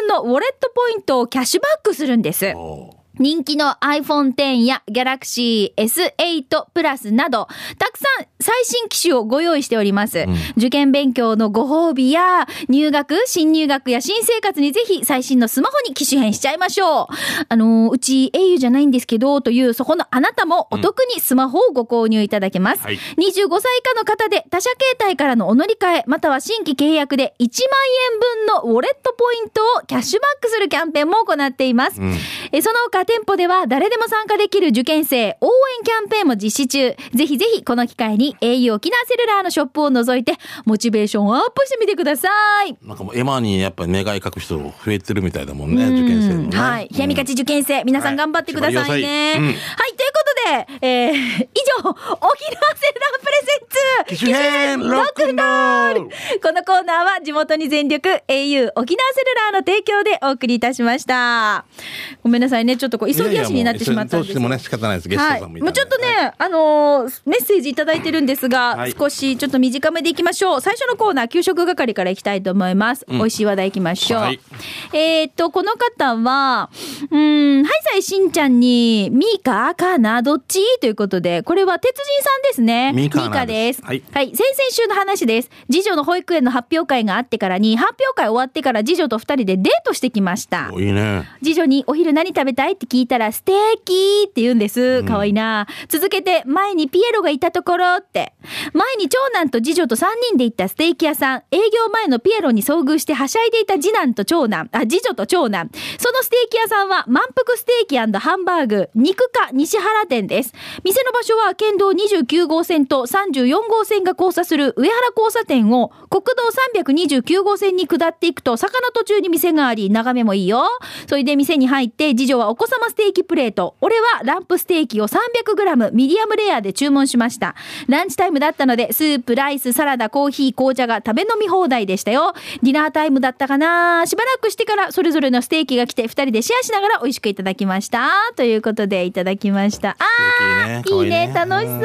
Speaker 1: 円分のウォレットポイントをキャッシュバックするんです。
Speaker 2: おう
Speaker 1: 人気の iPhone X や Galaxy S8 Plus など、たくさん最新機種をご用意しております。受験勉強のご褒美や、入学、新入学や新生活にぜひ最新のスマホに機種変しちゃいましょう。あのーうち au じゃないんですけど、というそこのあなたもお得にスマホをご購入いただけます。
Speaker 2: はい
Speaker 1: 25歳以下の方で他社携帯からのお乗り換え、または新規契約で1万円分のウォレットポイントをキャッシュバックするキャンペーンも行っています。えその他店舗では誰でも参加できる受験生応援キャンペーンも実施中。ぜひぜひこの機会に au 沖縄セルラーのショップを覗いてモチベーションをアップしてみてください。
Speaker 2: なんかもうエマにやっぱり願い書く人増えてるみたいだもんね、受験生のね。
Speaker 1: はい。冷やみ勝ち受験生、皆さん頑張ってくださいね。
Speaker 2: うん
Speaker 1: はい、ということで、えー、以上、沖縄セルラープレゼン
Speaker 2: 機
Speaker 1: ツ
Speaker 2: 種変ロックンロール
Speaker 1: このコーナーは地元に全力 au 沖縄セルラーの提供でお送りいたしました。ごめんなさいね、ちょっとこう急ぎ足になってしまったんで
Speaker 2: どう
Speaker 1: すけ
Speaker 2: して
Speaker 1: ど
Speaker 2: もね、仕方ないです。ゲスト
Speaker 1: はい、
Speaker 2: さんもい
Speaker 1: も
Speaker 2: たんで
Speaker 1: うちょっとね、あのーメッセージいただいてるんですが、
Speaker 2: はい
Speaker 1: 少しちょっと短めでいきましょう。最初のコーナー、給食係からいきたいと思います。美味しい話題いきましょう。
Speaker 2: はい
Speaker 1: えーっと、この方は、うーん、はいさいしんちゃんに、ミーカーかな、どっちということで、これは鉄人さんですね。
Speaker 2: ミーカー
Speaker 1: ミーカ
Speaker 2: なん
Speaker 1: で
Speaker 2: ですす。
Speaker 1: はい
Speaker 2: はい、
Speaker 1: 先々週の話です。次女の保育園の発表会があってからに、発表会終わってから次女と二人でデートしてきました。
Speaker 2: おいいね。
Speaker 1: 次女にお昼何食べたいって聞いたらステーキって言うんです。可愛いな。続けて前にピエロがいたところって。前に長男と次女と3人で行ったステーキ屋さん。営業前のピエロに遭遇してはしゃいでいた次男と長男、あ、次女と長男。そのステーキ屋さんは満腹ステーキハンバーグ肉家西原店です。店の場所は県道29号線と34号線が交差する上原交差点を国道329号線に下っていくと坂の途中に店があり眺めもいいよ。それで店に入って次女はお子様ステーキプレート。俺はランプステーキを 300g ミディアムレアで注文しました。ランチタイムだったのでスープ、ライス、サラダ、コーヒー、紅茶が食べ飲み放題でしたよ。ディナータイムだったかなしばらくしてからそれぞれのステーキが来て2人でシェアしながら美味しくいただきました。ということでいただきました。あ
Speaker 2: 素
Speaker 1: ー
Speaker 2: 敵
Speaker 1: いいね楽しそう。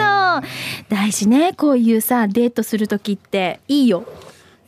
Speaker 1: 大事ね、こういうさ、デートするときっていいよ。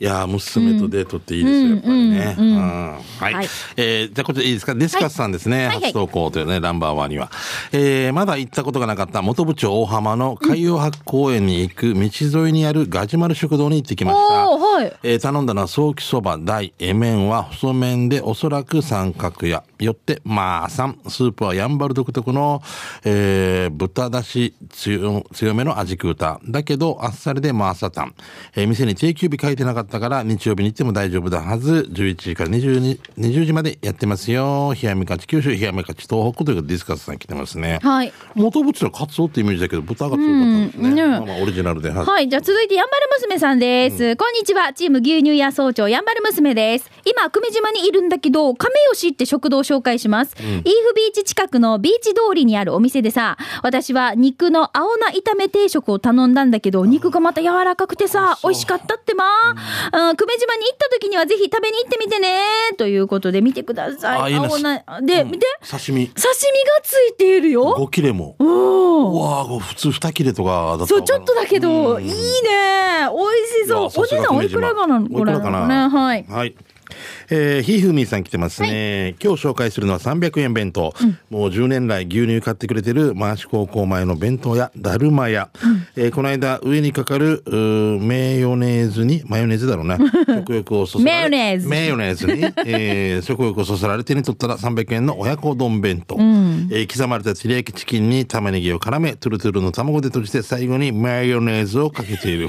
Speaker 2: いやー娘とデートっていいですよ、やっぱりね。
Speaker 1: う
Speaker 2: うん
Speaker 1: うんうんう
Speaker 2: ん
Speaker 1: ん
Speaker 2: はい。
Speaker 1: はい
Speaker 2: えーじゃあこっちいいですかデスカスさんです
Speaker 1: は
Speaker 2: ね。
Speaker 1: いはい
Speaker 2: 初投稿というね、ナンバーワンには。えーまだ行ったことがなかった元部長大浜の海洋博公園に行く道沿いにあるガジュマル食堂に行ってきました。
Speaker 1: おーはい
Speaker 2: えー頼んだのはソーキそば大、え麺は細麺でおそらく三角屋。よって、まあ三、スープはやんばる独特の、えー豚だし強強めの味食うた。だけど、あっさりでまあさたん。えー店に定休日書いてなかったから、日曜日に行っても大丈夫だはず。11時から22 20時までやってますよ。冷やみかち、九州冷やみかち、東北ということでディスカスさん来てますね。
Speaker 1: はい
Speaker 2: 元々はカツオってイメージだけど、豚が強かったんですね。
Speaker 1: うんね
Speaker 2: まあまあオリジナルで。はい
Speaker 1: はい。じゃあ続いて、やんばる娘さんです。こんにちは。チーム牛乳屋総長、やんばる娘です。今、久米島にいるんだけど、亀吉って食堂を紹介します。イーフビーチ近くのビーチ通りにあるお店でさ、私は肉の青菜炒め定食を頼んだんだけど、肉がまた柔らかくてさ、美味しかったってまうん、久米島に行った時にはぜひ食べに行ってみてね。ということで、見てくださ
Speaker 2: あ
Speaker 1: い。
Speaker 2: いいな
Speaker 1: 青菜。で、見て。
Speaker 2: 刺身。
Speaker 1: 刺身がついているよ。
Speaker 2: 5切れも。
Speaker 1: おー
Speaker 2: うわあ、普通2切れとかだったのかな
Speaker 1: そう、ちょっとだけど、いいね美味しそう
Speaker 2: いや。
Speaker 1: お
Speaker 2: さす
Speaker 1: 値
Speaker 2: が
Speaker 1: 段おい
Speaker 2: 姫
Speaker 1: く
Speaker 2: 島
Speaker 1: らかなの
Speaker 2: おいくらかな
Speaker 1: これはい。
Speaker 2: えーひふみさん来てますね、今日紹介するのは300円弁当、もう10年来牛乳買ってくれてる回し高校前の弁当屋だるま屋、えーこの間上にかかるうーメヨネーズにマヨネーズだろ
Speaker 1: *laughs*
Speaker 2: うな食欲をそそ
Speaker 1: メヨ
Speaker 2: られ
Speaker 1: ネーズ
Speaker 2: メヨネーズに、えー食欲をそそられ手に取ったら300円の親子丼弁当、えー刻まれた照り焼きチキンに玉ねぎを絡めトゥルトゥルの卵で閉じて最後にマヨネーズをかけている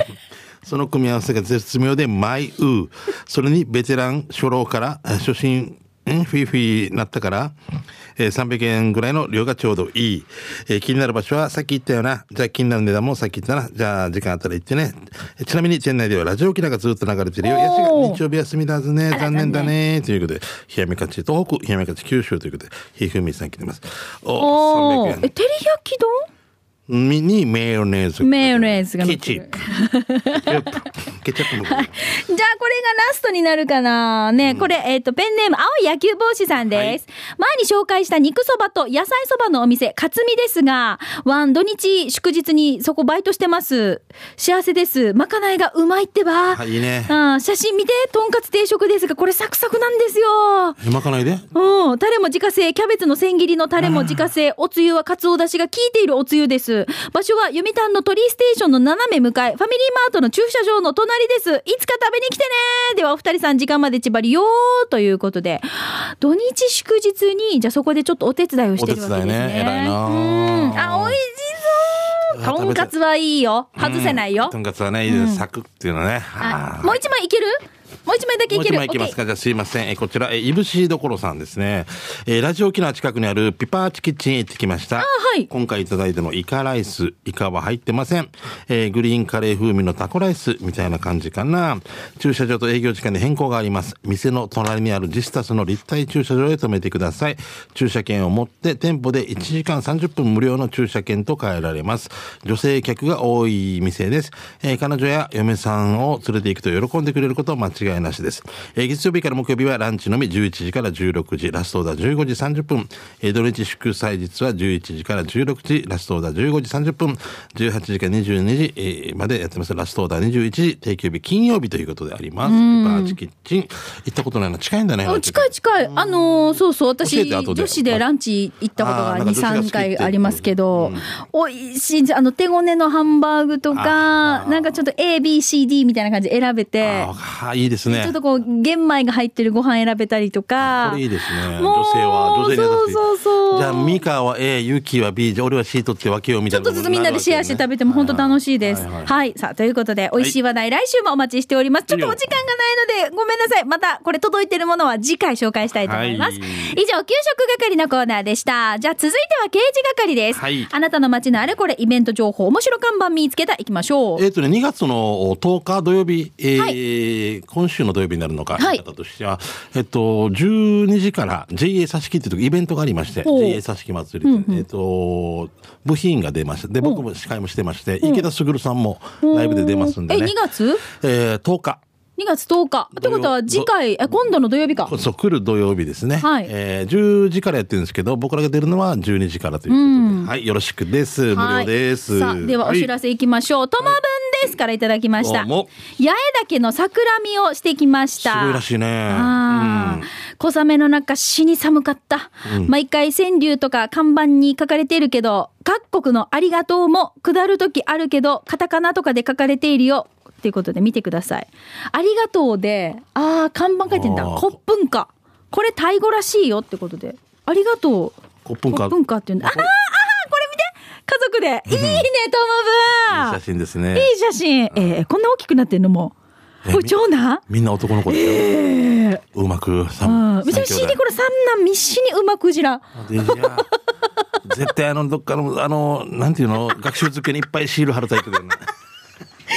Speaker 2: その組み合わせが絶妙でマイウーそれにベテラン初老からあ初心んフィーフィーなったから、えー300円ぐらいの量がちょうどいい、えー気になる場所はさっき言ったよなじゃあ気になる値段もさっき言ったなじゃあ時間あったら行ってねえちなみに店内ではラジオキラがずっと流れてるよ
Speaker 1: おー
Speaker 2: やしが日曜日休みだずね残念だねということで冷やみかち東北冷やみかち九州ということでひふみさん来てますお
Speaker 1: お
Speaker 2: お
Speaker 1: ーえ、
Speaker 2: 300
Speaker 1: 照
Speaker 2: 円
Speaker 1: り焼き丼 *laughs*
Speaker 2: ににメヨネーズ
Speaker 1: メヨネーズが乗っ
Speaker 2: ケ
Speaker 1: て
Speaker 2: チ
Speaker 1: る
Speaker 2: ップケチャップケチャップも
Speaker 1: じゃあこれがラストになるかなね、これ、えっ、と、ペンネーム、青い野球帽子さんです。前に紹介した肉そばと野菜そばのお店、かつみですが、ワン土日祝日にそこバイトしてます。幸せです。まかないがうまいってば。
Speaker 2: はいいいね
Speaker 1: うん、写真見て、とんかつ定食ですが、これサクサクなんですよ。
Speaker 2: まかない *laughs* で
Speaker 1: うん、タレも自家製、キャベツの千切りのタレも自家製、おつゆはカツオだしが効いているおつゆです。場所は読谷の鳥居ステーションの斜め向かい、ファミリーマートの駐車場の隣です。いつか食べに来てねではお二人さん時間までちばりよーということで、土日祝日に、じゃあそこでちょっとお手伝いをしてるわけですね。
Speaker 2: お手伝いね偉いなあ
Speaker 1: うん。あ、美味しそうとんかつはいいよ。外せないよ
Speaker 2: と。んかつはねいいですサクッっていうのねは
Speaker 1: あ
Speaker 2: い
Speaker 1: もう一枚いけるもう一枚だけい
Speaker 2: もう
Speaker 1: け
Speaker 2: 一
Speaker 1: る。
Speaker 2: 枚いきます
Speaker 1: OK
Speaker 2: か。じゃあすいません。えーこちら、えーいぶしどころさんですね。えーラジオ沖縄近くにあるピパーチキッチンへ行ってきました。
Speaker 1: はい
Speaker 2: 今回いただいたのイカライス。イカは入ってません。えーグリーンカレー風味のタコライスみたいな感じかな。駐車場と営業時間に変更があります。店の隣にあるジスタスの立体駐車場へ停めてください。駐車券を持って店舗で1時間30分無料の駐車券と変えられます。女性客が多い店です。えー彼女や嫁さんを連れて行くと喜んでくれること間違いなしです。えー月曜日から木曜日はランチのみ11時から16時、ラストオーダー15時30分。えー土日祝祭日は11時から16時、ラストオーダー15時30分、18時から22時、えーまでやってます。ラストオーダー21時、定休日金曜日ということであります。バーチキッチン。行ったことないの近いんだね。
Speaker 1: あ近い近い。あのーそうそう。
Speaker 2: 教
Speaker 1: 私、
Speaker 2: えて後で
Speaker 1: 女子でランチ行ったこと
Speaker 2: あ
Speaker 1: が
Speaker 2: ーな
Speaker 1: 2、
Speaker 2: んか女子が好
Speaker 1: 3
Speaker 2: きって
Speaker 1: 回
Speaker 2: 言って
Speaker 1: ありますけど、美味しい。あの、手ごねのハンバーグとか、なんかちょっと A、B、C、D みたいな感じで選べて、
Speaker 2: ああ、いいですね。
Speaker 1: ちょっとこう、玄米が入ってるご飯選べたりとか。
Speaker 2: これいいですね。
Speaker 1: もう
Speaker 2: 女性は、女性に優しい。
Speaker 1: そうそうそう
Speaker 2: じゃあ、ミカは A、ユキは B、じゃあ俺は C 取って分けようみ
Speaker 1: ち
Speaker 2: た
Speaker 1: ょ
Speaker 2: い
Speaker 1: っ
Speaker 2: な。
Speaker 1: とずつみんなでシェアして食べても本当楽しいです。
Speaker 2: はい
Speaker 1: は
Speaker 2: はいい
Speaker 1: さあ、ということで、美味しい話題、来週もお待ちしております。ちょっとお時間がないので、ごめんなさい。また、これ届いてるものは次回紹介したいと思います。
Speaker 2: はい
Speaker 1: 以上、給食係のコーナーでした。じゃあ、続いては刑事係です。
Speaker 2: はい
Speaker 1: あなたの街のあれこれ、イベント情報、面白看板見つけた、いきましょう。
Speaker 2: えっ、とね、2月の10日土曜日、えー
Speaker 1: は
Speaker 2: 今週の土曜日になるのか、
Speaker 1: はい
Speaker 2: 方としては、えっと、12時から JA 挿し木っていうとこイベントがありまして、
Speaker 1: ほう
Speaker 2: JA 挿し木祭りって、えっと、部品が出ました。で、僕も司会もしてまして、池田卓さんもライブで出ますんで
Speaker 1: え、
Speaker 2: ね。
Speaker 1: 2月
Speaker 2: えー10日。
Speaker 1: ?2 月10日。ってことは、次回、え、今度の土曜日か。
Speaker 2: そう、来る土曜日ですね。
Speaker 1: はい
Speaker 2: えー10時からやってるんですけど、僕らが出るのは12時からということで。はい、よろしくです。無料です。
Speaker 1: はい、さあではお知ら
Speaker 2: せ。
Speaker 1: せいきましょう。ともぶんでースからいただきました。
Speaker 2: どう
Speaker 1: 八重
Speaker 2: も
Speaker 1: 岳の桜見をしてきました。
Speaker 2: すごいらしいね。
Speaker 1: ああ、小雨の中死に寒かった、毎回川柳とか看板に書かれているけど各国のありがとうも下る時あるけどカタカナとかで書かれているよっていうことで見てくださいありがとうでああ看板書いてんだ
Speaker 2: あー
Speaker 1: コップンカこれタイ語らしいよってことでありがとう
Speaker 2: コップンカ
Speaker 1: コップンカっていうんだああーあーこれ見て家族でいいね
Speaker 2: うんいい
Speaker 1: トム
Speaker 2: 写真です
Speaker 1: ブ
Speaker 2: ね
Speaker 1: ー。いい写真えーこんな大きくなってんのも
Speaker 2: え
Speaker 1: これ長男
Speaker 2: みんな男の子だよ。うまく
Speaker 1: うん
Speaker 2: 三。
Speaker 1: めちゃめちゃ死にこれ三男密死にうまくじら。
Speaker 2: *laughs* いや絶対あのどっかのあのなんていうの学習机にいっぱいシール貼るタイプ
Speaker 1: *laughs*
Speaker 2: だよね。
Speaker 1: いい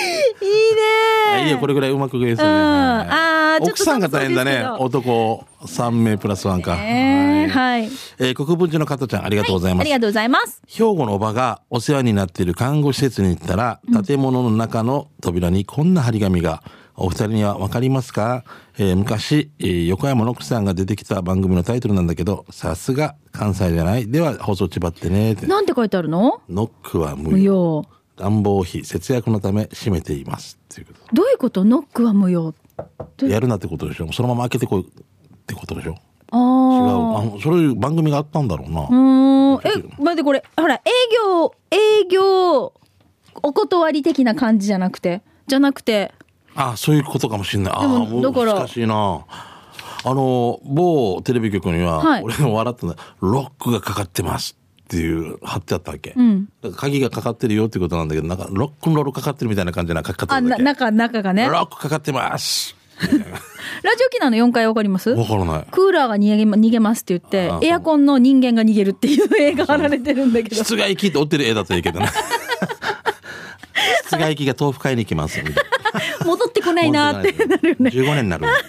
Speaker 1: ね。
Speaker 2: いいよこれぐらいうまくです
Speaker 1: う
Speaker 2: ね。
Speaker 1: ん
Speaker 2: はい
Speaker 1: あーちょっと
Speaker 2: 奥さんが大変だね。
Speaker 1: 楽
Speaker 2: 男三名プラスワンか。
Speaker 1: えー
Speaker 2: はい
Speaker 1: はい。
Speaker 2: えー国分寺の加藤ちゃんありがとうござい
Speaker 1: あ
Speaker 2: ます
Speaker 1: り。がとうございます。
Speaker 2: 兵庫のおばがお世話になっている看護施設に行ったら、建物の中の扉にこんな張り紙が。お二人にはわかりますか、えー昔、えー横山の奥さんが出てきた番組のタイトルなんだけど、さすが関西じゃない。では放送ちばってねって。
Speaker 1: なんて書いてあるの？
Speaker 2: ノックは無
Speaker 1: 無
Speaker 2: 用。
Speaker 1: 用。
Speaker 2: 暖房費節約のため閉めています。っていうこ
Speaker 1: どういうこと？ノックは無用。
Speaker 2: と。やるなってことでしょ。そのまま開けてこいってことでしょ。
Speaker 1: あ
Speaker 2: 違う。
Speaker 1: あ。
Speaker 2: あの、そういう番組があったんだろうな。
Speaker 1: うーん。え、待ってこれ。ほら営業営業お断り的な感じじゃなくてじゃなくて。
Speaker 2: あそういうことかもしれない。ああ
Speaker 1: でも
Speaker 2: もう
Speaker 1: だから
Speaker 2: 難しいな。あの某テレビ局には、
Speaker 1: はい
Speaker 2: 俺も笑ったんだロックがかかってますっていう貼ってあったわけ、
Speaker 1: ん
Speaker 2: だから鍵がかかってるよってことなんだけどなんかロックンロールかかってるみたいな感じな書き方
Speaker 1: あ、
Speaker 2: だ
Speaker 1: な
Speaker 2: け
Speaker 1: 中中がね。
Speaker 2: ロ
Speaker 1: ラ
Speaker 2: ックかかってます
Speaker 1: ジオ機能の四階わかります？
Speaker 2: わからない
Speaker 1: クーラーが逃げま逃げますって言
Speaker 2: あ
Speaker 1: っ
Speaker 2: ー
Speaker 1: てエアコンの人間が逃げるっていう映画貼られてるんだけど。
Speaker 2: 室外機って折ってる絵だといいけ
Speaker 1: *laughs*
Speaker 2: どね室外機が豆腐買いに行きますみたいな
Speaker 1: 戻ってこないなってなるよね。
Speaker 2: 15年になる
Speaker 1: はい、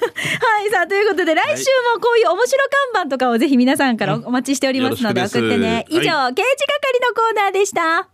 Speaker 1: さあ、ということで、来週もこういう面白看板とかをぜひ皆さんからお待ちしておりますので、
Speaker 2: よろしく
Speaker 1: 送
Speaker 2: です
Speaker 1: ってね。以上、
Speaker 2: は
Speaker 1: 刑事係のコーナーでした。